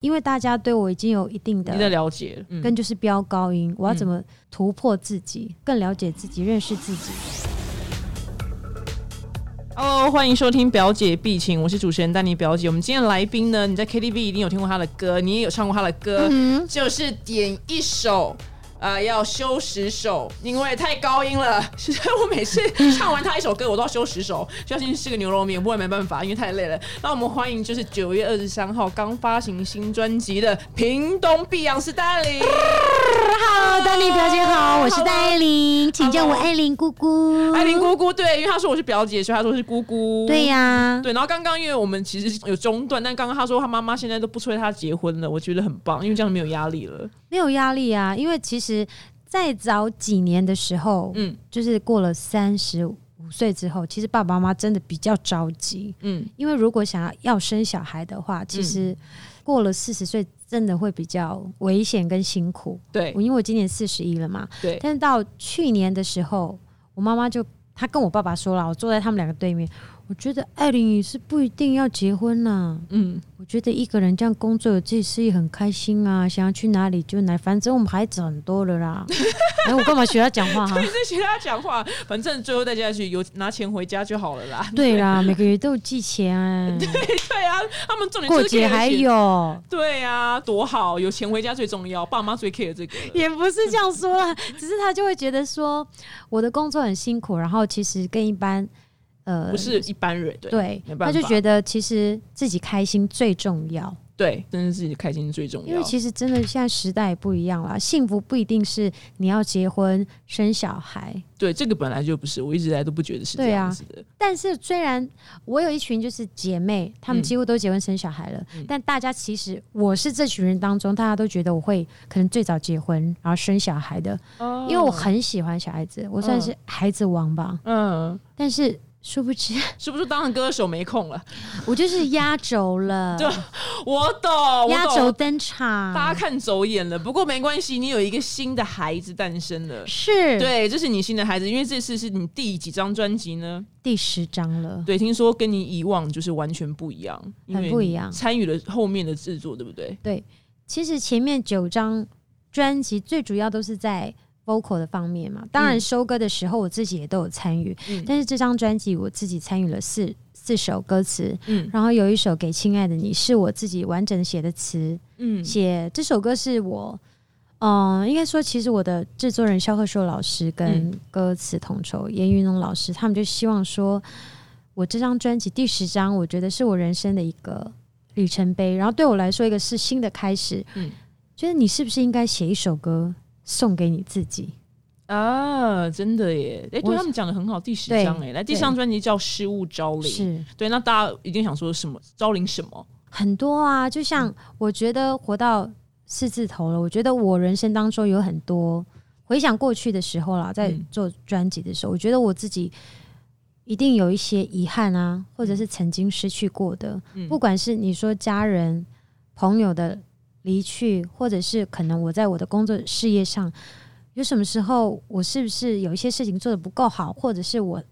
因为大家对我已经有一定你的了解了，嗯跟就是飙高音，我要怎么突破自己，更了解自己，认识自己。 Hello，欢迎收听表姐必情，我是主持人丹妮表姐。我们今天的来宾呢，你在 KTV 一定有听过他的歌，你也有唱过他的歌，就是点一首。呃，要修十首，因为太高音了。 所以我每次唱完他一首歌，我都要修十首，就要先吃个牛肉面，不然没办法，因为太累了。那我们欢迎就是九月二十三号刚发行新专辑的屏东碧昂斯丹林。 Hello，丹妮表姐好，我是 Hello 戴琳，请叫我艾琳姑姑。艾琳，姑姑，对，因为她说我是表姐，所以她说是姑姑。对呀，对，然后刚刚因为我们其实有中断，但刚刚他说他妈妈现在都不催他结婚了，我觉得很棒，因为这样没有压力了。没有压力啊，因为其实再早几年的时候，嗯就是过了三十五岁之后，其实爸爸妈妈真的比较着急，嗯，因为如果想要要生小孩的话，其实过了四十岁真的会比较危险跟辛苦。对我因为我今年四十一了嘛，对，但是到去年的时候，我妈妈就她跟我爸爸说了，我坐在他们两个对面，我觉得艾琳也是不一定要结婚啦、嗯， 我觉得一个人这样工作有自己事业很开心啊，想要去哪里就哪里，反正我们孩子很多了啦。哎、我干嘛学他讲话哈、你在学他讲话，反正最后再下去有拿钱回家就好了啦。 对啦，每个月都有寄钱、对啊，他们重点过就是节 care 还钱。有。对啊，多好，有钱回家最重要，爸妈最 care 这个了。也不是这样说啦，只是他就会觉得说我的工作很辛苦，然后其实跟一般呃不是一般人，对对没，办他法就觉得其实自己开心最重要，对，真的是自己开心最重因为要。其实真的现在时代也不一样啦，幸福不一定是你要结婚生小孩。对，这个本来就不是，我一直以来都不觉得是这对样啊子的。但是虽然我有一群就是姐妹，她们嗯几乎都结婚生小孩了，嗯但大家其实我是这群人当中，大家都觉得我会可能最早结婚，然后生小孩的，哦因为我很喜欢小孩子，我算是孩子王吧。嗯，但是殊不知，是不是当了歌手没空了？我就是压轴了， 对我懂，我压懂轴登大场家，看走眼了，不过没关系，你有一个新的孩子诞生了。是对，这是你新的孩子，因为这次是你第几张专辑呢？第十章了。对，听说跟你以往就是完全不一样，因为很不一样你参与了后面的制作，对不对？其实前面九张专辑最主要都是在 vocal 的方面嘛，当然嗯收歌的时候我自己也都有参与，嗯但是这张专辑我自己参与了四四首歌词，嗯然后有一首给亲爱的你是我自己完整写的词，嗯写这首歌是我。嗯，应该说，其实我的制作人肖鹤硕老师跟歌词统筹严云龙老师，他们就希望说，我这张专辑第十张，我觉得是我人生的一个里程碑，然后对我来说，一个是新的开始。嗯嗯，觉得你是不是应该写一首歌送给你自己？啊，真的耶！哎、对我他们讲的很好，第十张哎，来第十张专辑叫《失物招领》，是对，那大家一定想说什么招领什么？很多啊，就像我觉得活到四字头了，我觉得我人生当中有很多回想过去的时候啦，在嗯做专辑的时候，我觉得我自己一定有一些遗憾啊，或者是曾经失去过的，嗯不管是你说家人、朋友的离去，或者是可能我在我的工作事业上，有什么时候我是不是有一些事情做的不够好，或者是我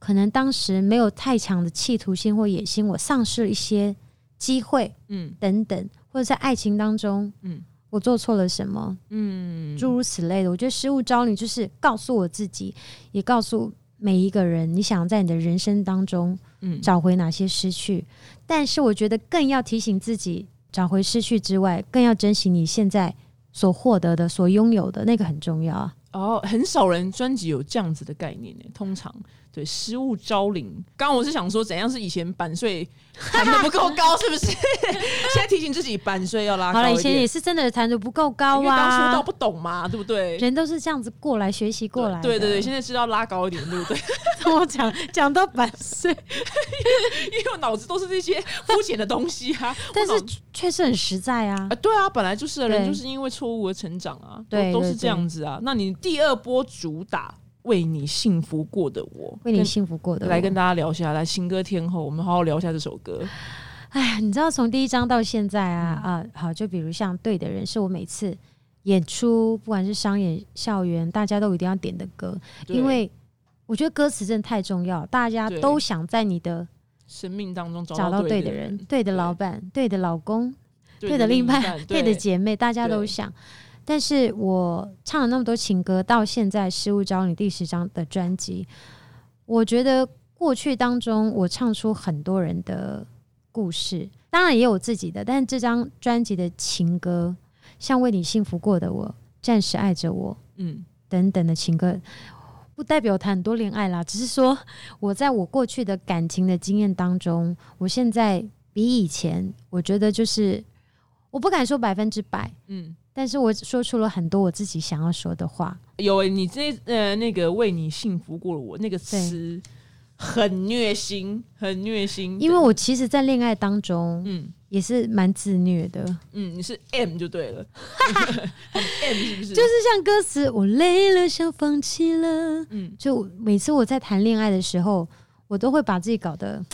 可能当时没有太强的企图心或野心，我丧失了一些机会嗯等等，或者在爱情当中，嗯嗯，我做错了什么，嗯，诸如此类的。我觉得失物招领就是告诉我自己，也告诉每一个人，你想在你的人生当中嗯找回哪些失去。但是我觉得更要提醒自己，找回失去之外，更要珍惜你现在所获得的、所拥有的，那个很重要啊。哦，很少人专辑有这样子的概念呢。通常对失物招领，刚刚我是想说，怎样是以前版税谈的不够高，是 不是？现在提醒自己版税要拉好高了，以一前也点，是真的谈的不够因高为当初到啊，不懂嘛，对不对？人都是这样子过来学习过来的。对对对，现在知道拉高一点，对 不对？在我讲讲到版 税，因为我脑子都是这些肤浅的东西啊。 但我是脑确实很实在啊啊，。对啊，本来就是啊人对就是因为错误而成长啊，都对都是对这样子啊。那你第二波主打为你幸福过的我，为你幸福过的哦跟我，来跟大家聊一下，来新歌天后，我们好好聊一下这首歌。哎，你知道从第一章到现在啊、嗯啊，好，就比如像《对的人》是我每次演出，不管是商演、校园，大家都一定要点的歌，对因为我觉得歌词真的太重要，大家对都想在你的生命当中找找到到对对的的人、人，对的老板、对的老公、对的另一半、对对的姐妹，大家都对想。但是我唱了那么多情歌，到现在《失物招你》第十张的专辑，我觉得过去当中我唱出很多人的故事，当然也有我自己的，但是这张专辑的情歌，像《为你幸福过的我》《暂时爱着我》嗯等等的情歌，不代表谈很多恋爱啦，只是说我在我过去的感情的经验当中，我现在比以前，我觉得就是我不敢说百分之百，嗯，但是我说出了很多我自己想要说的话。有欸你这呃那个为你幸福过了我那个词很虐心，很虐心，因为我其实，在恋爱当中嗯也是蛮自虐的，嗯，你是 M 就对 了，很 M 是不是？就是像歌词“我累了，想放弃了嗯”，就每次我在谈恋爱的时候，我都会把自己搞得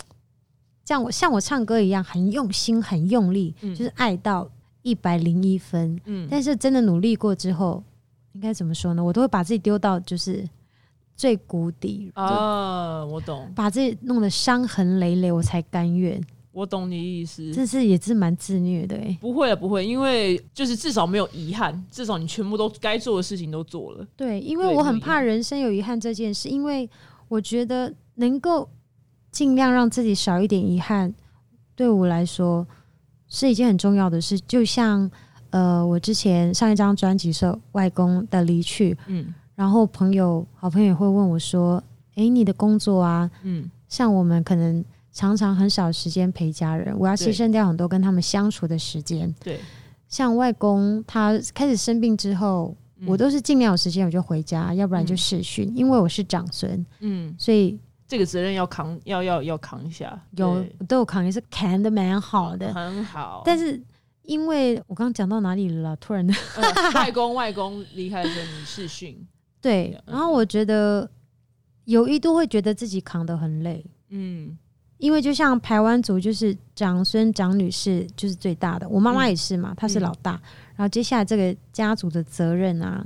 像我像我唱歌一样，很用心，很用力，嗯就是爱到一百零一分，嗯，但是真的努力过之后，应该怎么说呢？我都会把自己丢到就是最谷底，啊，我懂，把自己弄得伤痕累累，我才甘愿。我懂你的意思。这是也是蛮自虐的、欸，不会了，不会，因为就是至少没有遗憾，至少你全部都该做的事情都做了。对，因为对我没有很遗怕憾人生有遗憾这件事，因为我觉得能够尽量让自己少一点遗憾，对我来说是一件很重要的事。就像呃，我之前上一张专辑时候，外公的离去，嗯然后朋友好朋友也会问我说：“诶，你的工作啊，嗯像我们可能常常很少时间陪家人，我要对牺牲掉很多跟他们相处的时间。对，像外公他开始生病之后，嗯我都是尽量有时间我就回家，要不然就嗯视讯，因为我是长孙，嗯，所以这个责任要扛，要要要扛一下，有对我都有扛也是扛的蛮好的。很好。但是因为我刚刚讲到哪里了啦？突然的， 呃外公外公离开的时候，你视讯，对，嗯然后我觉得有一度会觉得自己扛得很累。嗯因为就像台湾族，就是长孙长女是就是最大的，我妈妈嗯也是嘛，她是老大。然后接下来这个家族的责任啊，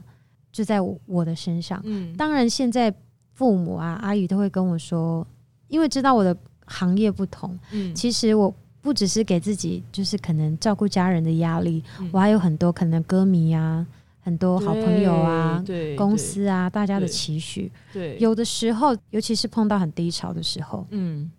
就在我我的身上。嗯，当然，现在父母啊、阿姨都会跟我说，因为知道我的行业不同，嗯其实我不只是给自己，就是可能照顾家人的压力，嗯我还有很多可能歌迷啊、很多好朋友啊、对对公司啊，大家的对期许。对，有的时候，尤其是碰到很低潮的时候。嗯，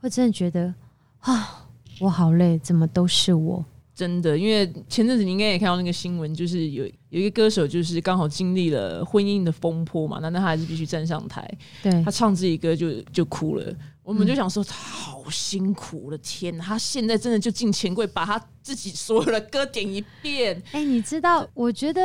会真的觉得啊，我好累，怎么都是我。真的，因为前阵子你应该也看到那个新闻，就是有有一个歌手，就是刚好经历了婚姻的风波嘛，那那他还是必须站上台，对他，唱自己歌就就哭了。我们嗯就想说，他好辛苦，我的天哪！他现在真的就进钱柜，把他自己所有的歌点一遍。哎、你知道，我觉得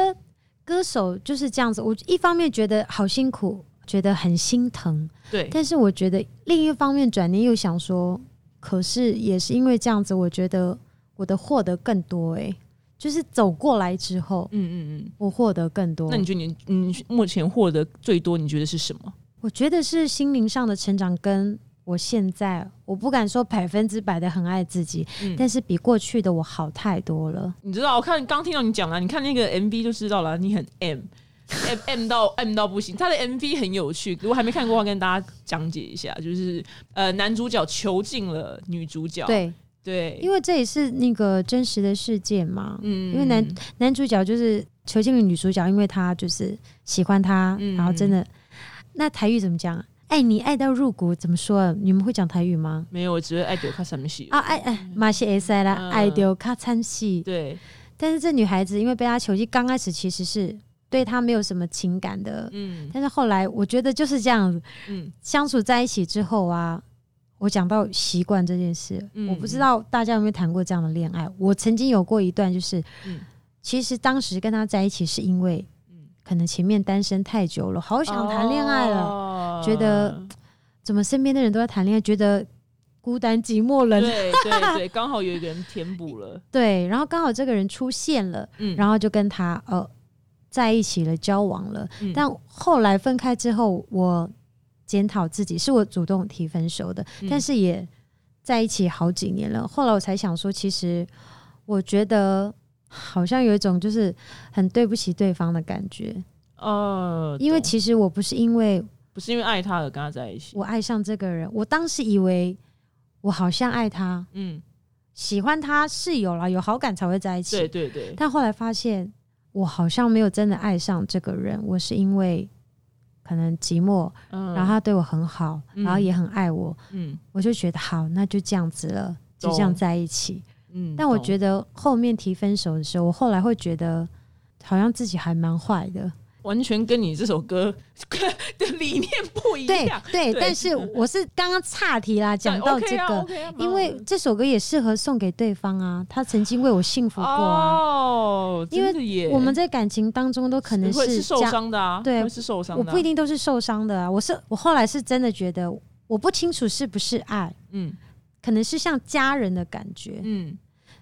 歌手就是这样子。我一方面觉得好辛苦，觉得很心疼，对，但是我觉得另一方面转念又想说，可是也是因为这样子，我觉得我的获得更多、哎，就是走过来之后，嗯嗯嗯。我获得更多那。你觉得你你目前获得最多，你觉得是什么？我觉得是心灵上的成长跟。我现在我不敢说百分之百的很爱自己，嗯但是比过去的我好太多了。你知道，我看刚听到你讲了，你看那个 MV 就知道了，你很 M。M M 到 M 到不行，他的 MV 很有趣，如果还没看过，我跟大家讲解一下，就是呃，男主角囚禁了女主角，对，对，因为为这也是那个真实的事件嘛。嗯因为男男主角就是囚禁了女主角，因为他就是喜欢她，嗯然后真的，那台语怎么讲啊？爱你爱到入骨，怎么说啊？你们会讲台语吗？没有，我只会爱丢看什么戏，啊，爱爱马西 S I 啦，嗯爱丢卡参戏。对，但是这女孩子因为被他囚禁，刚开始其实是对他没有什么情感的，嗯但是后来我觉得就是这样子，嗯，相处在一起之后啊，我讲到习惯这件事，嗯我不知道大家有没有谈过这样的恋爱。我曾经有过一段，就是、嗯其实当时跟他在一起是因为，可能前面单身太久了，好想谈恋爱了，了觉得怎么身边的人都在谈恋爱，觉得孤单寂寞冷。对对 对，刚好有一个人填补了，对，然后刚好这个人出现了，嗯，然后就跟他呃在一起了，交往了。嗯但后来分开之后，我检讨自己，是我主动提分手的，嗯但是也在一起好几年了。后来我才想说，其实我觉得好像有一种就是很对不起对方的感觉，呃，因为懂其实我不是因为不是因为爱他而跟他在一起，我爱上这个人，我当时以为我好像爱他，嗯喜欢他是有啦，有好感才会在一对起。对对，但后来发现，我好像没有真的爱上这个人，我是因为可能寂寞，嗯，然后他对我很好，嗯然后也很爱我，嗯我就觉得好，那就这样子了，就这样懂在一起。嗯，但我懂觉得后面提分手的时候，我后来会觉得好像自己还蛮坏的。完全跟你这首歌的理念不一对样。对，对但是我是刚刚岔题啦，讲到这个。 o k 啊 o k 啊、蛮因好为的这首歌也适合送给对方啊，他曾经为我幸福过啊。哦，因为真的耶我们在感情当中都可能会是受家，伤的啊，对会是受伤我的啊、不一定都是受伤的啊。我是我后来是真的觉得，我不清楚是不是爱，嗯可能是像家人的感觉。嗯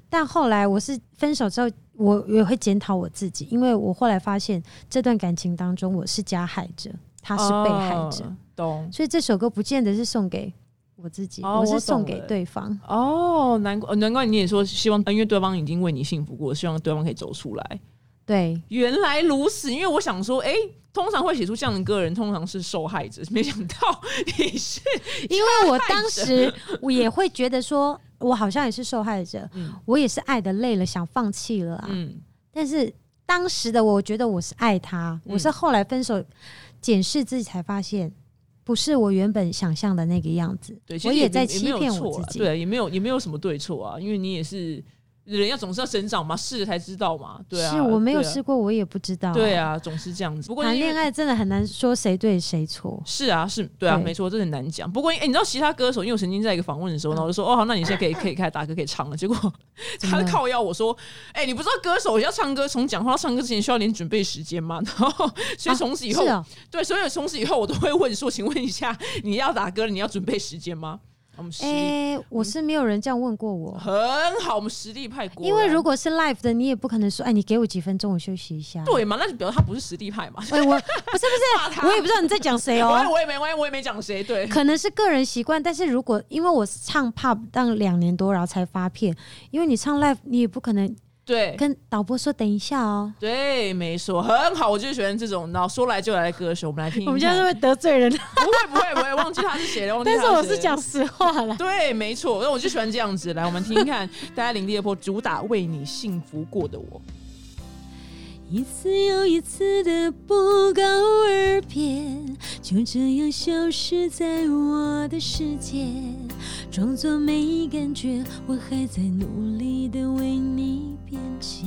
但后来我是分手之后，我也会检讨我自己，因为我后来发现这段感情当中我是加害者，他是被害者，哦懂。所以这首歌不见得是送给我自己，我哦我是懂送给了对方。哦，难怪难怪你也说希望，因为对方已经为你幸福过，希望对方可以走出来。对，原来如此，因为我想说，哎、通常会写出这样的歌的人，通常是受害者，没想到 你是 因为我当时我也会觉得说，我好像也是受害者，嗯我也是爱的累了，想放弃了啊。嗯但是当时的我，我觉得我是爱他，嗯我是后来分手检视自己才发现，不是我原本想象的那个样子。对，其我实也也在没欺骗我自己。也没有错啊对，也没有也没有什么对错啊，因为你也是人，要总是要成长嘛，试了才知道嘛，对啊，是我没有对啊试过，我也不知道。对，啊，总是这样子。不过谈因为恋爱真的很难说谁对谁错。是啊，是对啊，对没错，这很难讲。不过，哎、你知道其他歌手，因为我曾经在一个访问的时候，然后我就说，哦，好，那你现在可以可以开始打歌，可以唱了。结果嗯怎么他了靠腰我说，哎、你不知道歌手要唱歌，从讲话到唱歌之前需要点准备时间吗？ 然后，所以从 此以后，是哦，对，所以从此以后我都会问说，请问一下，你要打歌，你要准备时间吗？哦我们实力、哎、我是没有人这样问过我。很好，我们实力派啊果然，因为如果是 live 的，你也不可能说，哎，你给我几分钟，我休息一下。对嘛，那就表示他不是实力派嘛。哎、我不是骂不是，他我也不知道你在讲谁 我也哦。我也没我也我也没讲谁，对，可能是个人习惯，但是如果因为我唱 pub 当两年多，然后才发片，因为你唱 live，你也不可能对，跟导播说等一下哦。对，没错，很好，我就喜欢这种，然后说来就来的歌手，我们来听听看。会得罪人，不会不会不会忘记他是谁了，忘记但他是我谁是了讲实话啦。对，没错，那我就喜欢这样子。来，我们听听看，大家林地的波主打《为你幸福过的我 一次又一次的不告而别，就这样消失在我的世界，装作没感觉，我还在努力的为你辩解。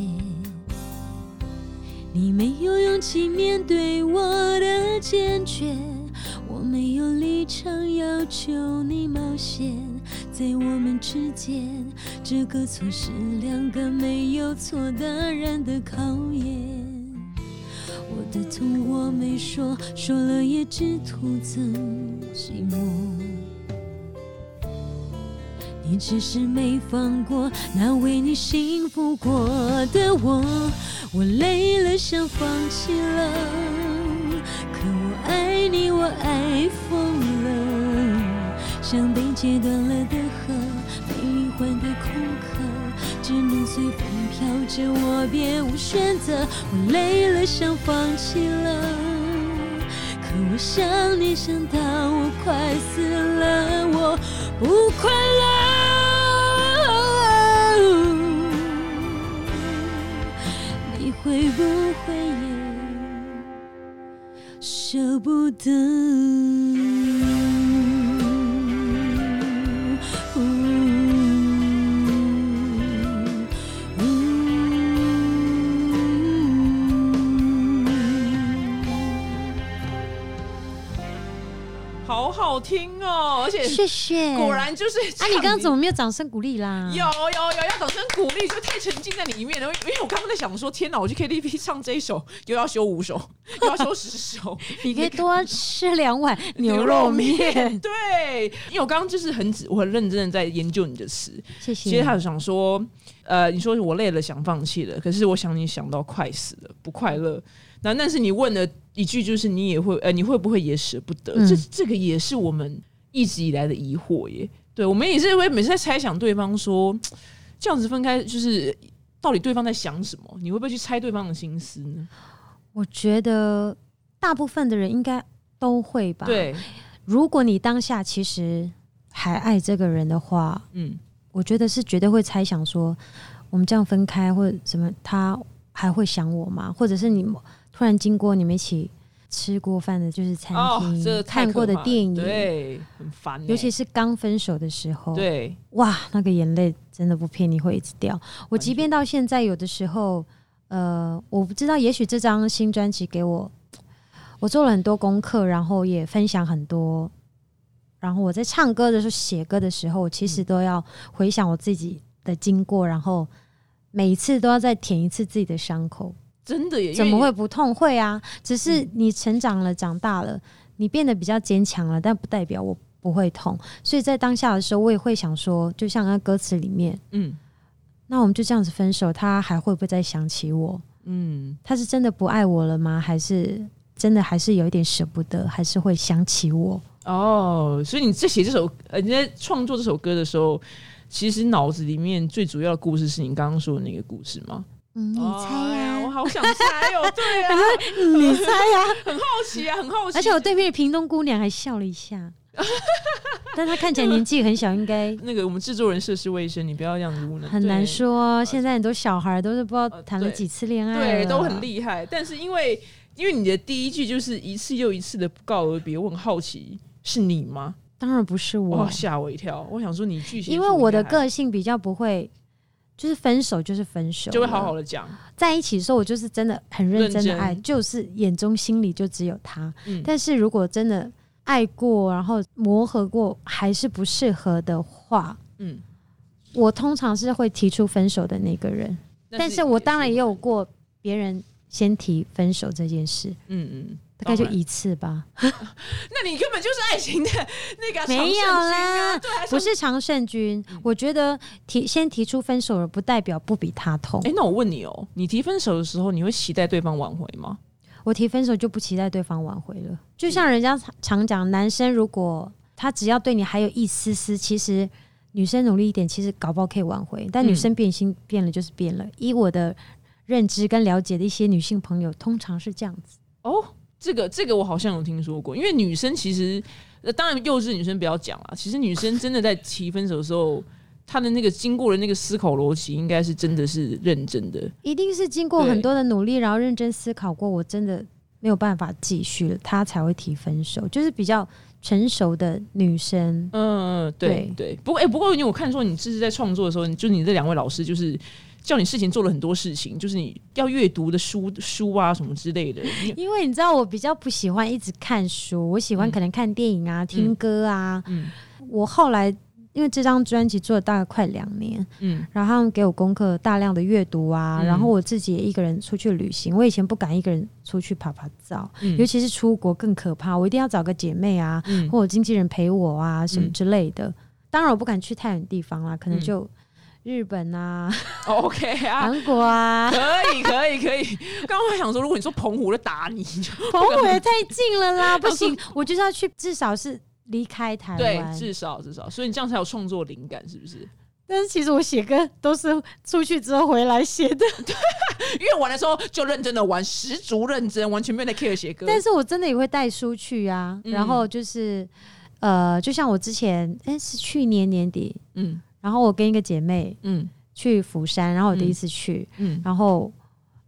你没有勇气面对我的坚决，我没有立场要求你冒险，在我们之间，这个错是两个没有错的人的考验。我的痛我没说，说了也只徒增寂寞。你只是没放过那为你幸福过的我，我累了想放弃了，可我爱你，我爱疯了，像被截断了的河，没灵魂的空壳，只能随风飘着，我别无选择。我累了想放弃了。可我想你想到我快死了，我不快乐。你会不会也舍不得？好好听哦，而且谢谢。果然就是啊，啊你刚刚怎么没有掌声鼓励啦？有有有要掌声鼓励，就太沉浸在里面了。因为我刚刚在想说，天哪，我去 KTV 唱这一首，又要修五首，又要修十首，你可以多吃两碗牛肉面。对，因为我刚刚就是很仔我很认真的在研究你的词， 谢谢。其实他有想说，呃，你说我累了，想放弃了，可是我想你想到快死了，不快乐。那但是你问了一句，就是你也会，呃，你会不会也舍不得？嗯这这个也是我们一直以来的疑惑耶。对，我们也是会每次在猜想对方说，这样子分开就是。到底对方在想什么？你会不会去猜对方的心思呢？我觉得大部分的人应该都会吧。，对，如果你当下其实还爱这个人的话，嗯，我觉得是绝对会猜想说，我们这样分开或者什么，他还会想我吗？或者是你突然经过你们一起吃过饭的，就是餐哦，厅、这太看可过的怕了电影，对，很烦欸，尤其是刚分手的时候，对，哇，那个眼泪真的不骗你，会一直掉。我完即全便到现在，有的时候，呃，我不知道，也许这张新专辑给我，我做了很多功课，然后也分享很多，然后我在唱歌的时候、写歌的时候，我其嗯实都要回想我自己的经过，然后每一次都要再舔一次自己的伤口。真的耶，因怎么为嗯会不痛？会啊，只是你成长了、长大了，你变得比较坚强了，但不代表我不会痛。所以在当下的时候，我也会想说，就像那歌词里面，嗯那我们就这样子分手，他还会不会再想起我？嗯，他是真的不爱我了吗？还是真的还是有一点舍不得，还是会想起我？哦，所以你在写这首，呃，你在创作这首歌的时候，其实脑子里面最主要的故事是你刚刚说的那个故事吗？嗯，你猜哎呀、 我 好想猜哦，对啊，你猜呀、好奇啊，很好奇。而且我对面的屏东姑娘还笑了一 下，但她看起来年纪很小，应该那个我们制作人涉世未深，你不要这样子污呢，很难对。说哦。现在很多小孩都是不知道呃谈了对几次恋爱了，对，都很厉害。但是因为因为你的第一句就是一次又一次的不告而别，我很好奇是你吗？当然不是我哇，，吓我一跳！我想说你剧情，因为我的个性比较不会，就是分手就是分手了，就会好好的讲，在一起的时候，我就是真的很认真的认真爱，就是眼中心里就只有他。嗯但是如果真的爱过，然后磨合过，还是不适合的话，嗯。我通常是会提出分手的那个人。但是我当然也有过别人先提分手这件事，嗯嗯，大概就当然一次吧，那你根本就是爱情的那个啊没有常胜军啊啦对啊，嗯不是常胜军。我觉得提先提出分手了，不代表不比他痛。哎、那我问你哦，你提分手的时候，你会期待对方挽回吗？我提分手就不期待对方挽回了。就嗯像人家常讲，男生如果他只要对你还有一丝丝，其实女生努力一点，其实搞不好可以挽回。但嗯女生变心变了就是变了。以我的认知跟了解的一些女性朋友，通常是这样子。哦，这个这个我好像有听说过，因为女生其实，呃，当然幼稚女生不要讲啦，其实女生真的在提分手的时候，她的那个经过的那个思考逻辑，应该是真的是认真的。一定是经过对很多的努力，然后认真思考过，我真的没有办法继续了，他才会提分手。就是比较成熟的女生，嗯，对对。不过哎、不过因为我看说你这是在创作的时候，你就你这两位老师就是。叫你事情做了很多事情，就是你要阅读的书书啊什么之类的，你因为你知道我比较不喜欢一直看书，我喜欢嗯可能看电影啊、听歌啊，嗯我后来因为这张专辑做了大概快两年，嗯然后他们给我功课大量的阅读啊，嗯然后我自己也一个人出去旅行。我以前不敢一个人出去爬爬照，嗯尤其是出国更可怕，我一定要找个姐妹啊，嗯或者经纪人陪我啊什么嗯之类的。当然我不敢去太远地方啦，可能嗯就日本啊、哦，OK 啊，韩国 啊，可以可以 可以。刚刚还想说，如果你说澎湖，我就打你。澎湖也太近了啦，不行，我就是要去，至少是离开台对，湾。至少至少，所以你这样才有创作灵感，是不是？但是其实我写歌都是出去之后回来写的。越玩的时候就认真的玩，十足认真，完全没有在 care 写歌。但是我真的也会带书去啊，嗯然后就是呃，就像我之前，哎、是去年年底，嗯然后我跟一个姐妹嗯去釜山，然后我第一次去，嗯，然后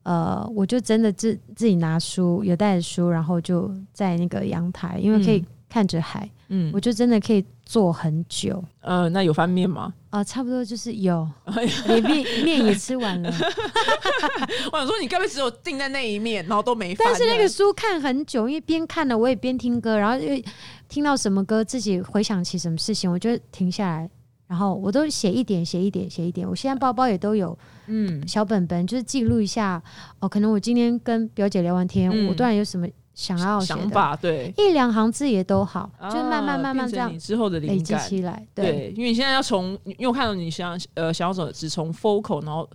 呃，我就真的自自己拿书，有带着书，然后就在那个阳台，因为可以嗯看着海，嗯我就真的可以坐很久。呃，那有翻面吗？啊、差不多就是 有，哎连面面也吃完了，我想说，你该不会只有定在那一面，然后都没翻？但是那个书看很久，因为边看了我也边听歌，然后又听到什么歌，自己回想起什么事情，我就停下来，然后我都写一点，写一点，写一点。我现在包包也都有嗯小本本，就是记录一下哦，可能我今天跟表姐聊完天，嗯我突然有什么想要写想的，法，对，一两行字也都好，啊就慢慢慢慢变成这样你之后的累灵积感。起来。对，对，因为你现在要从，因为我看到你想呃想要走只从 focal，然后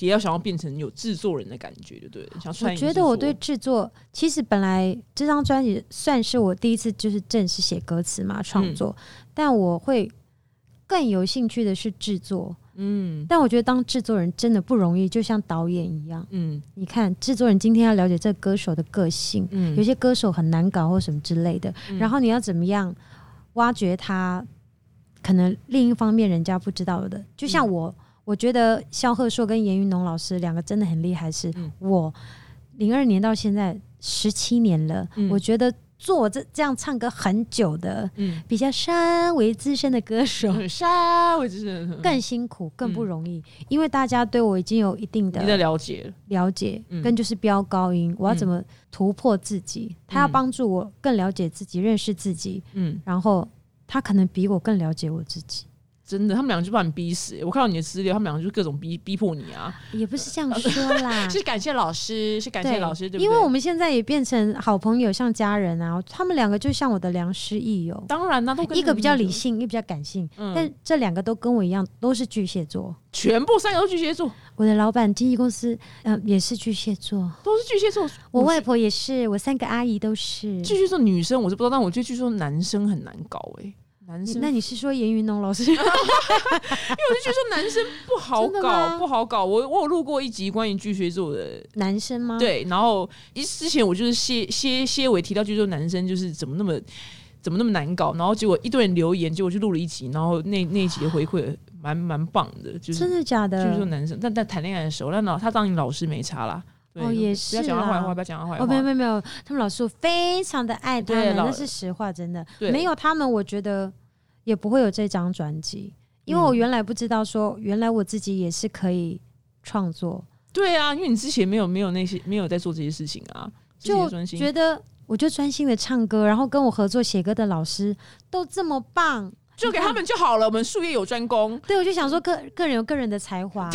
也要想要变成有制作人的感觉，对不对？我想穿。觉得我对制作，其实本来这张专辑算是我第一次就是正式写歌词嘛创作，但我会更有兴趣的是制作。嗯但我觉得当制作人真的不容易，就像导演一样。嗯你看，制作人今天要了解这个歌手的个性，嗯有些歌手很难搞或什么之类的，嗯然后你要怎么样挖掘他可能另一方面人家不知道的。就嗯像我，我觉得肖鹤硕跟严云农老师两个真的很厉害是，嗯我零二年到现在十七年了，嗯我觉得做这这样唱歌很久的，嗯，比较稍微资深的歌手。沙，我嗯就是更辛苦，更嗯不容易，因为大家对我已经有一定你的的了解了，了解，嗯跟就是飙高音，我要怎么突破自己？他要帮助我更了解自己、认识自己，嗯，然后他可能比我更了解我自己，真的，他们两个就把你逼死。欸我看到你的资料，他们两个就各种逼逼迫你啊，也不是这样说啦。 是感谢老师，是感谢老师，对不啊对？因为我们现在也变成好朋友，像家人啊，他们两个就像我的良师益友，当然啦、都跟一个比较理，性，一个比较感性，嗯但这两个都跟我一样，都是巨蟹座。全部三个都巨蟹座，我的老板经纪公司，嗯、也是巨蟹座，都是巨蟹座。我是外婆也是，我三个阿姨都是。巨蟹座女生我是不知道，但我觉得巨蟹座男生很难搞哎、男你生那你是说严云农老师？ 就说男生不好真的吗搞，不好搞。我我有录过一集关于巨蟹座的，男生吗？，对，然后一之前我就是些些些尾提到巨蟹座男生就是怎么那么怎么那么难搞，然后结果一堆人留言，结果我就录了一集，然后那那一集的回馈蛮蛮棒的，就是真的假巨蟹座的？男生，但但谈恋爱的时候，那老他当你老师没差啦。对哦也是不要讲他坏啦话，不要讲他坏话。哦，没有没有没有，他们老师我非常的爱他对们，老那是实话，真的。对没有他们，我觉得也不会有这张专辑，因为我嗯原来不知道说，原来我自己也是可以创作，对啊，因为你之前没有没有那些没有在做这些事情啊，之前就的专心觉得我就专心的唱歌，然后跟我合作写歌的老师都这么棒，就给他们就好了。我们术业有专攻，对我就想说个个人有个人的才华，啊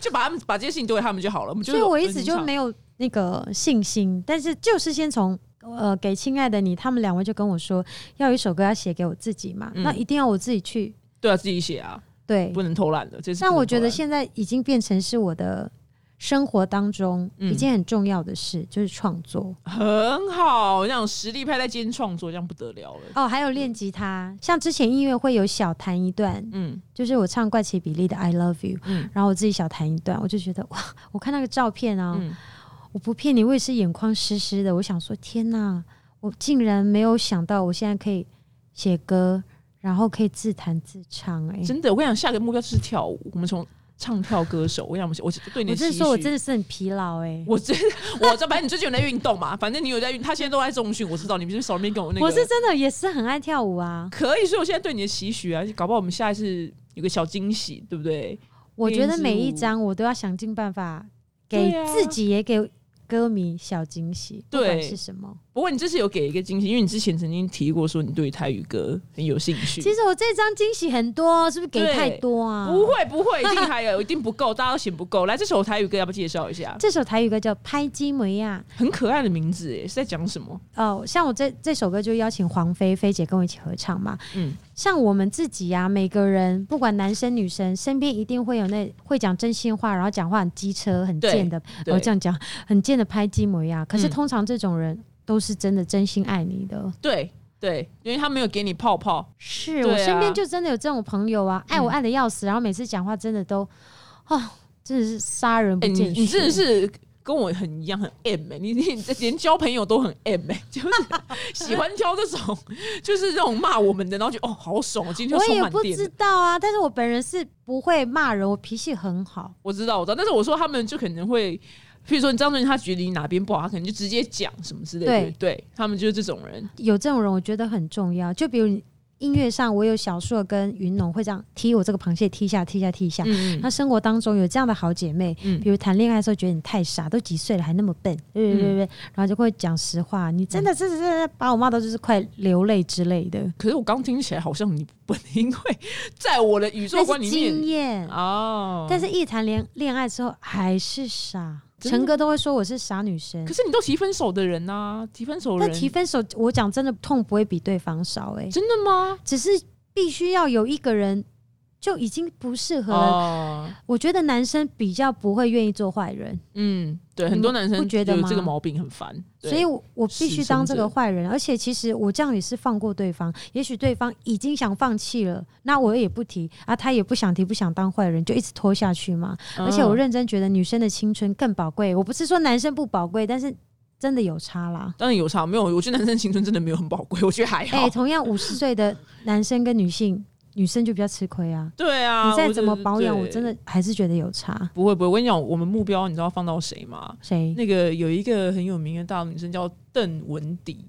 就把他们把这些事情丢给他们就好了。我们就所以我一专直心就唱没有那个信心，但是就是先从呃给亲爱的你，他们两位就跟我说要有一首歌要写给我自己嘛，嗯那一定要我自己去对啊，自己写啊，对。不能偷懒的。这是但不能我觉偷得懒现在已经变成是我的生活当中嗯一件很重要的事，就是创作很好，这样实力派在兼创作，这样不得了了。哦，还有练吉他。像之前音乐会有小弹一段，嗯就是我唱怪奇比利的《I Love You》，嗯然后我自己小弹一段，我就觉得哇，我看那个照片啊，嗯，我不骗你，我也是眼眶湿湿的。我想说，天哪，我竟然没有想到，我现在可以写歌，然后可以自弹自唱、哎，真的，我跟你讲，下个目标就是跳舞。我们从唱跳歌手，我跟你讲，我们我对你我的期真许的说，我真的是很疲劳、哎。我真的， 我知道，反正你最近有在运动嘛，反正你有在运，他现在都在重训，我知道你不是手边跟我那个，我是真的也是很爱跳舞啊，可以，所以我现在对你的期许啊，搞不好我们下一次有个小惊喜，对不对？我觉得练一支每一舞张我都要想尽办法对给啊自己也给歌迷小惊喜，不对管是什么。不过你这次有给一个惊喜，因为你之前曾经提过说你对台语歌很有兴趣。其实我这张惊喜很多，是不是给对太多啊？不，会不会，一定还有，一定不够，大家都嫌不够。来，这首台语歌要不要介绍一下？这首台语歌叫《拍鸡梅啊亚很可爱的名字耶，是在讲什么？》，哦，像我这这首歌就邀请黄飞飞姐跟我一起合唱嘛，嗯，像我们自己呀、每个人不管男生女生，身边一定会有那会讲真心话，然后讲话很机车、很对贱的，对我、这样讲很贱的拍鸡模呀。可是嗯通常这种人都是真的真心爱你的。对对，因为他没有给你泡泡，是、对啊嗯我身边就真的有这种朋友啊，爱我爱的要死，然后每次讲话真的都，哦，真的是杀人不哎、你见血。你真的是跟我很一样，很 M 哎、你 你这连交朋友都很 M 哎、 就是喜欢挑这种，就是这种骂我们的，然后就哦好爽，我今天我就充也满不电知了。道啊，但是我本人是不会骂人，我脾气很好。我知道我知道，但是我说他们就可能会。譬如说，你张专辑他觉得你哪边不好，他可能就直接讲什么之类的。对，他们就是这种人。有这种人，我觉得很重要。就比如你音乐上，我有小硕跟云农会这样踢我这个螃蟹，踢一下，踢一下，踢一下。嗯，那生活当中有这样的好姐妹，嗯比如谈恋爱的时候觉得你太傻，都几岁了还那么笨，对对对对，然后就会讲实话，你真的真的真的把我骂到就是快流泪之类的，可是我刚听起来好像你不笨，因为在我的宇宙那观是里经面验。哦，但是，一谈恋恋爱之后还是傻，真的陈哥都会说我是傻女生可。是你都提分手的人呐、提分手的但人提分手，我讲真的痛不会比对方少哎、欸真的吗？只是必须要有一个人就已经不适合了。哦，我觉得男生比较不会愿意做坏人，嗯，对，们很多男生不觉得有吗这个毛病很烦，对所以我我必须当这个是真的坏人，而且其实我这样也是放过对方，也许对方已经想放弃了，那我也不提啊，他也不想提，不想当坏人，就一直拖下去嘛。而且我嗯认真觉得女生的青春更宝贵，我不是说男生不宝贵，但是真的有差啦。当然有差，没有，我觉得男生青春真的没有很宝贵，我觉得还哎、好。同样五十岁的男生跟女性女生就比较吃亏啊。对啊，你再怎么就保养，对我真的还是觉得有差。不会不会。我跟你讲，我们目标你知道放到谁吗？谁？那个有一个很有名的大陆女生叫邓文迪，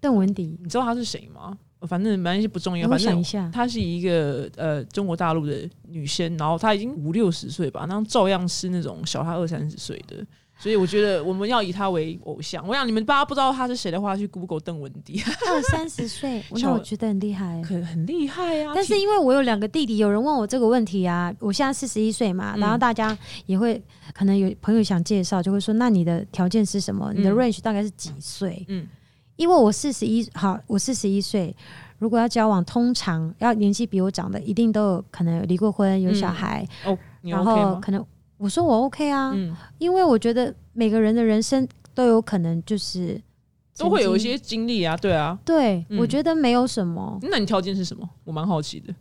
邓文迪，你知道她是谁吗？呃反正反正不重要，让我反想正一下，她是一个呃中国大陆的女生，然后她已经五六十岁吧，那照样是那种小她二三十岁的。所以我觉得我们要以她为偶像。我想你们大家不知道她是谁的话，去 Google 邓文迪，二三十 岁，那小我觉得很厉害欸。可 很厉害啊。但是因为我有两个弟弟，有人问我这个问题啊，我现在四十一岁嘛，嗯然后大家也会可能有朋友想介绍，就会说那你的条件是什么？你的嗯 range 大概是几岁？嗯因为我四十一，好，我四十一岁，如果要交往，通常要年纪比我长的，一定都有可能有离过婚，有小孩，哦，你然 OK 后吗？可能我说我 OK 啊，嗯，因为我觉得每个人的人生都有可能就是都会有一曾些经历啊，对啊。经，对、嗯我觉得没有什么。那你条件是什么？我蛮好奇的。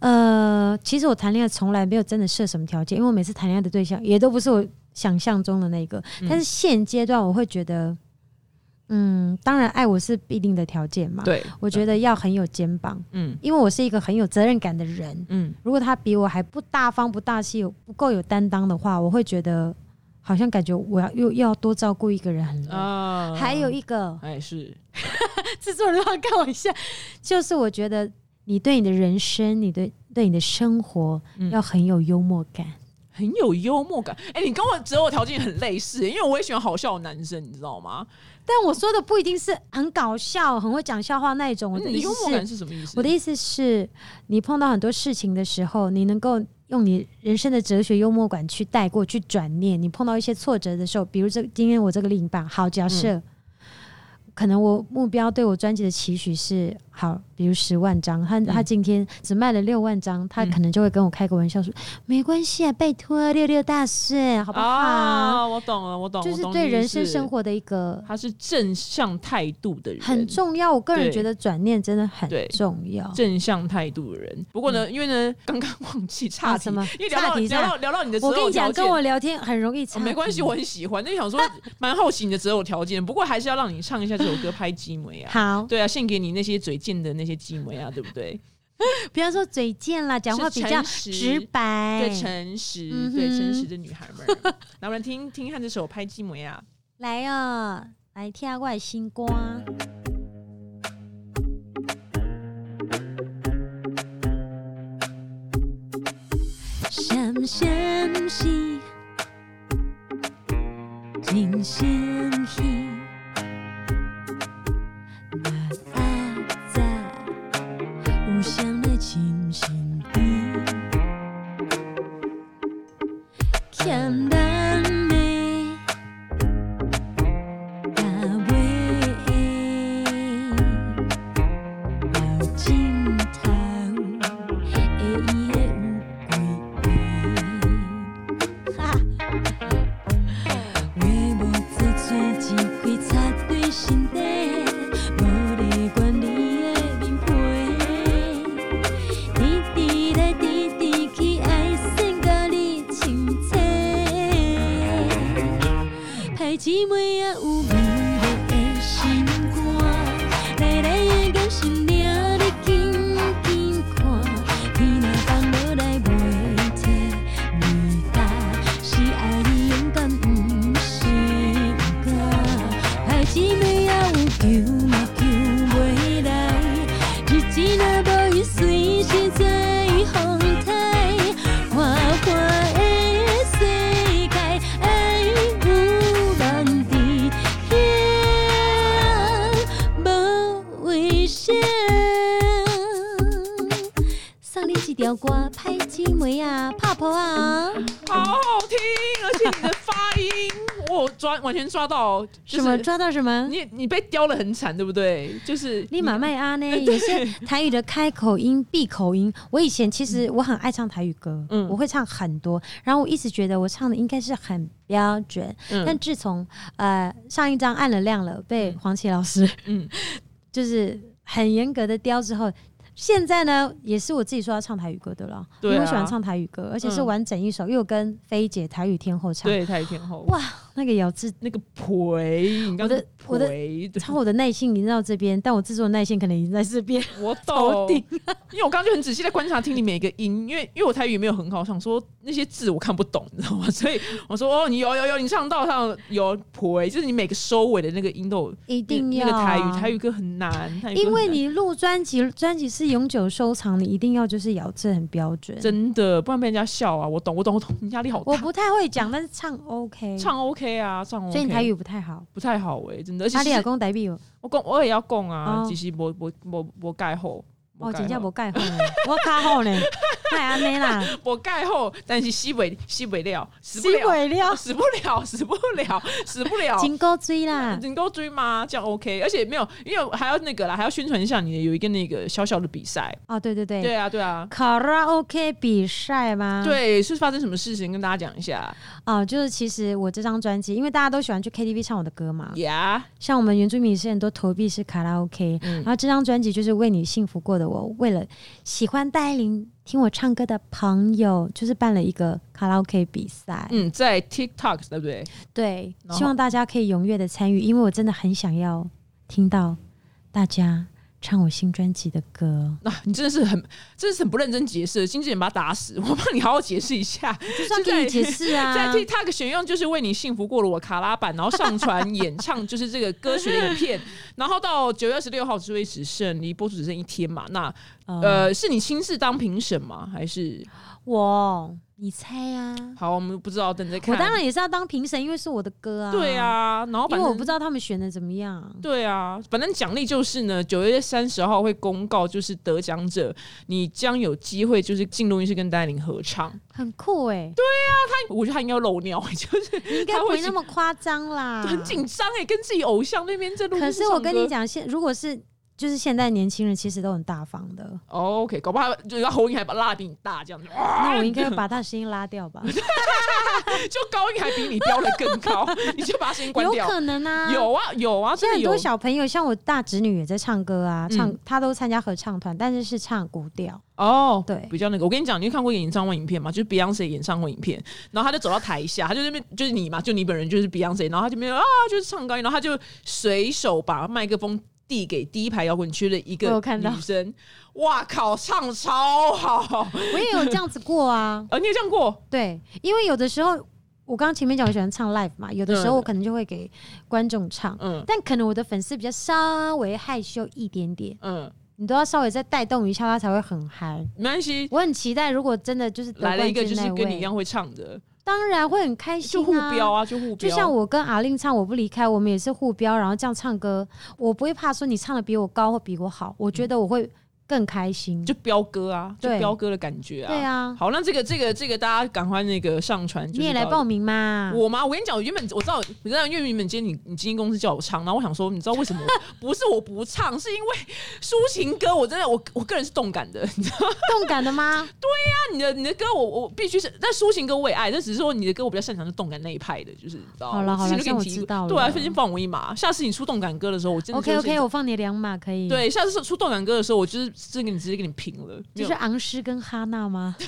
呃，其实我谈恋爱从来没有真的设什么条件，因为我每次谈恋爱的对象也都不是我想象中的那个。嗯但是现阶段我会觉得，嗯，当然爱我是必定的条件嘛。，对，我觉得要很有肩膀，嗯因为我是一个很有责任感的人。嗯，如果他比我还不大方、不大气、不够有担当的话，我会觉得好像感觉我要又又要多照顾一个人很累。啊，嗯还有一个哎是，制作人要看我一下，就是我觉得你对你的人生，你对对你的生活嗯要很有幽默感。很有幽默感。哎、你跟我择偶条件很类似，因为我也喜欢好笑的男生，你知道吗？但我说的不一定是很搞笑、很会讲笑话那一种。我你的的意嗯幽默思感是，是什么意思？我的意思是，你碰到很多事情的时候，你能够用你人生的哲学幽默感去带过去转念。你碰到一些挫折的时候，比如这今天我这个另一半，好，假设。嗯可能我目标对我专辑的期许是好，比如十万张，他他嗯今天只卖了六万张，他嗯可能就会跟我开个玩笑说，没关系啊，拜托六六大顺，好不好？啊，我懂了，我懂，就是对人生生活，活的一个他是正向态度的人，很重要。我个人对觉得转念真的很对重要。嗯正向态度的人。不过呢，因为呢， 刚刚忘记啊差什么因为聊到岔题聊到聊到你的择我跟偶你讲，条件跟。我嗯聊天很容易吵、哦没关系，我很喜欢。那就 想说，蛮好奇你的择偶条件，不过还是要让你唱一下这首歌《拍鸡梅》啊。好，对啊，献给你那些嘴贱的那些鸡梅啊，对不对？不要说嘴贱啦，讲话比较直是诚实白。对诚实，嗯哼对诚实的女孩 们儿。来，我们来听听看这首《拍鸡梅》啊。来哦，来听下我的新歌。闪闪是真神气，那阿早有谁来亲身边？欠咱的。也袂到尽头，会伊的有几下？话无多嘴，一开插对心底，无咧管你的面皮。滴滴来滴滴去，爱算甲你清醒。歹姊妹啊，有面无的心肝，来来的眼神掠你紧紧看，天若放落来袂提你答，是爱你勇敢，毋是毋敢。歹姊妹啊，有救嘛救袂来，日子若无伊随时在风台，活泼的世界。爱有人伫遐，无为啥？送你一条歌，歹姊妹啊，拍破啊，好好听，而且你的发音，我抓完全抓到，就什么是抓到什么？你你被刁了很惨，对不对？就是立马卖啊 呢！有些台语的开口音、闭口音，我以前其实我很爱唱台语歌，嗯我会唱很多，然后我一直觉得我唱的应该是很标准，嗯但自从呃上一张 按了亮了被黄绮老师嗯，就是很严格的雕之后，现在呢，也是我自己说要唱台语歌的了，因对啊为我喜欢唱台语歌，而且是完整一首，因为我跟菲姐台语天后唱，对，太天后哇那个咬字那个陪，你刚我的刚我的陪，对超我的耐性已经到这边，但我制作的耐性可能已经在这边。我头懂顶，因为我刚刚就很仔细在观察听你每一个音，因为因为我台语没有很好，想说那些字我看不懂，你知道吗？ 所以我说哦，你有有有，你唱到上有陪，就是你每个收尾的那个音都有一定那要、个啊、台语台语歌很难，台语歌因为很难你录专辑，专辑是永久收藏，你一定要就是咬字很标准。真的不然被人家笑啊，我懂我懂我懂，你压力好我大。不太会讲，但是唱 OK，唱 OK 啊，唱 OK，所以你台语不太好。不太好哎、真的，而且阿其里实亚公台币有我讲我也要讲啊，哦只是无无无无盖好，哦，请盖假好不盖好呢，我卡好呢，那安内啦，无盖好，但是死袂死袂了， 死不死了，鬼了，啊死不了， 死不了，死不 了。金钩追啦，能够追吗？这样 OK，而且没有，因为还要那个啦，还要宣传一下你的有一个那个小小的比赛。哦，对对对，嗯对啊，对啊，卡拉 OK 比赛吗？，对，是发生什么事情跟大家讲一下哦，就是其实我这张专辑，因为大家都喜欢去 KTV 唱我的歌嘛，呀？像我们原住民是很多投币是卡拉 OK，、嗯然后这张专辑就是为你幸福过的我，为了喜欢戴爱玲听我唱歌的朋友，就是办了一个卡拉 OK 比赛。嗯，在 TikTok 对不对？对，然后希望大家可以踊跃的参与，因为我真的很想要听到大家唱我新专辑的歌。那、啊你真的是很，真的是很不认真解释，经纪人把他打死，我帮你好好解释一下。就是要给你解释在啊， TikTok 选用就是为你幸福过了我卡拉版，然后上传演唱就是这个歌曲的影 片，然后到九月二十六号只会只剩离播出只剩一天嘛？那呃，呃，是你亲自当评审吗？还是我你猜啊？好，我们不知道，等着看。我当然也是要当评审，因为是我的歌啊。对，啊，然后因反为正我不知道他们选的怎么样。对啊，反正奖励就是呢，九月三十号会公告，就是得奖者，你将有机会就是进录音室跟戴琳合唱。很酷哎、他，我觉得他应该要漏尿， 就是你应该不会那么夸张啦， 很紧张哎，跟自己偶像那边在录音可室是唱歌。我跟你讲，现如果是就是现在年轻人，其实都很大方的。哦，OK，搞不好他就要喉音还把拉得比你大这样子， 哇那我应该把他的声音拉 掉吧？就高音还比你飙的更高， 你就把声音关有掉。可能啊， 有啊有啊，现在真的很有多。小朋友，像我大侄女也在唱歌啊，嗯唱她都参加合唱团，但是是唱古 调。哦，对比较那个。我跟你讲，你有看过演唱会影片吗？就是 Beyonce 演唱会影片，然后他就走到台下，他就在那边就是你嘛，就你本人就是 Beyonce，然后他就没有啊，就是唱高音，然后他就随手把麦克风。递给第一排摇滚区的一个我有看到女生，哇靠，唱超好！，我也有这样子过啊呃，你有这样过？对，因为有的时候我刚刚前面讲我喜欢唱 live 嘛，有的时候嗯我可能就会给观众唱，嗯但可能我的粉丝比较稍微害羞一点点，嗯，你都要稍微再带动一下，他才会很嗨。没关系， 我很期待，如果真的就是得来了一个冠就军是那跟你位一样会唱的，当然会很开心、就啊，互飙啊，就互就飙。像我跟阿令唱《我不离开》，我们也是互飙，然后这样唱歌，我不会怕说你唱的比我高或比我好，我觉得我会更开心。就飙歌啊，就对飙歌的感觉啊。对啊，好，那这个这个这个，大家赶快那个上传。就是你也来到报名嘛？我吗？我跟你讲，我原本我知道，你知道，因为原本今天你你经纪公司叫我唱，然后我想说，你知道为什么不是我 不唱，是因为抒情歌，我真的我我个人是动感的，你 知道， 动感的吗？那你的你的歌我我必须是，但抒情歌我也爱，但只是说你的歌我比较擅长是动感那一派的，就是你知道，好了我之好了前就跟你这样我提知过道了对啊，最近放我一马，下次你出动感歌的时候，我 真的 OK 就是 OK，我放你两码可以。，对，下次出动感歌的时候，我就是真的跟你直接跟你拼了，没就有是昂诗跟哈娜 吗？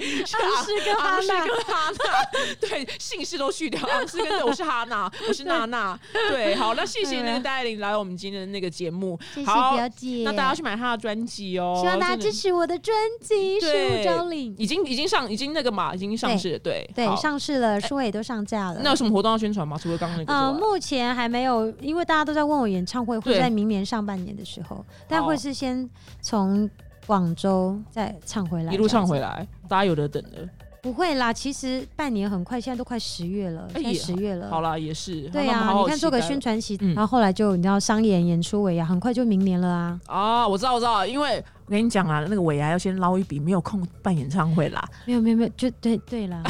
昂诗跟哈昂啊是娜，跟哈娜， 对，姓氏 都去掉，昂是跟我是哈娜，我是娜娜，对，好，那谢谢那个戴爱玲来我们今天的那个节目，谢谢好表姐。那大家去买她的专辑哦，希望大家支持，持我的专辑《十对五周领》，已经已经上已经那个嘛，已经上市了，对对，好上市了，书也都上架了。那有什么活动要宣传吗？除了刚刚那个呃，之外，目前还没有，因为大家都在问我演唱会会啊对哦在明年上半年的时候，但好会是先从广州再唱回来，一路唱回来。来，大家有的等了，不会啦，其实半年很快，现在都快十月了，哎现在也十月了。好啦，也是，对好那我啊，们好好你看期做个待宣传期，嗯然后后来就你知道商演演出尾牙，很快就明年了啊。啊，我知道我知道，因为我跟你讲啊，那个尾牙要先捞一笔，没有空办演唱会啦， 没有没有没有，就对对啦，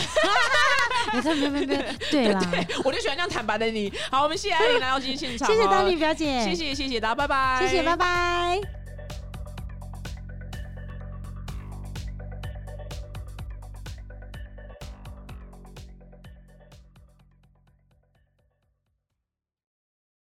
没错没有没有没有，对 啦，我就喜欢这样坦白的你。好，我们谢谢艾琳来到今天现场，哦谢谢丹妮，表姐，谢，谢谢谢大家，拜拜，谢谢，拜。拜。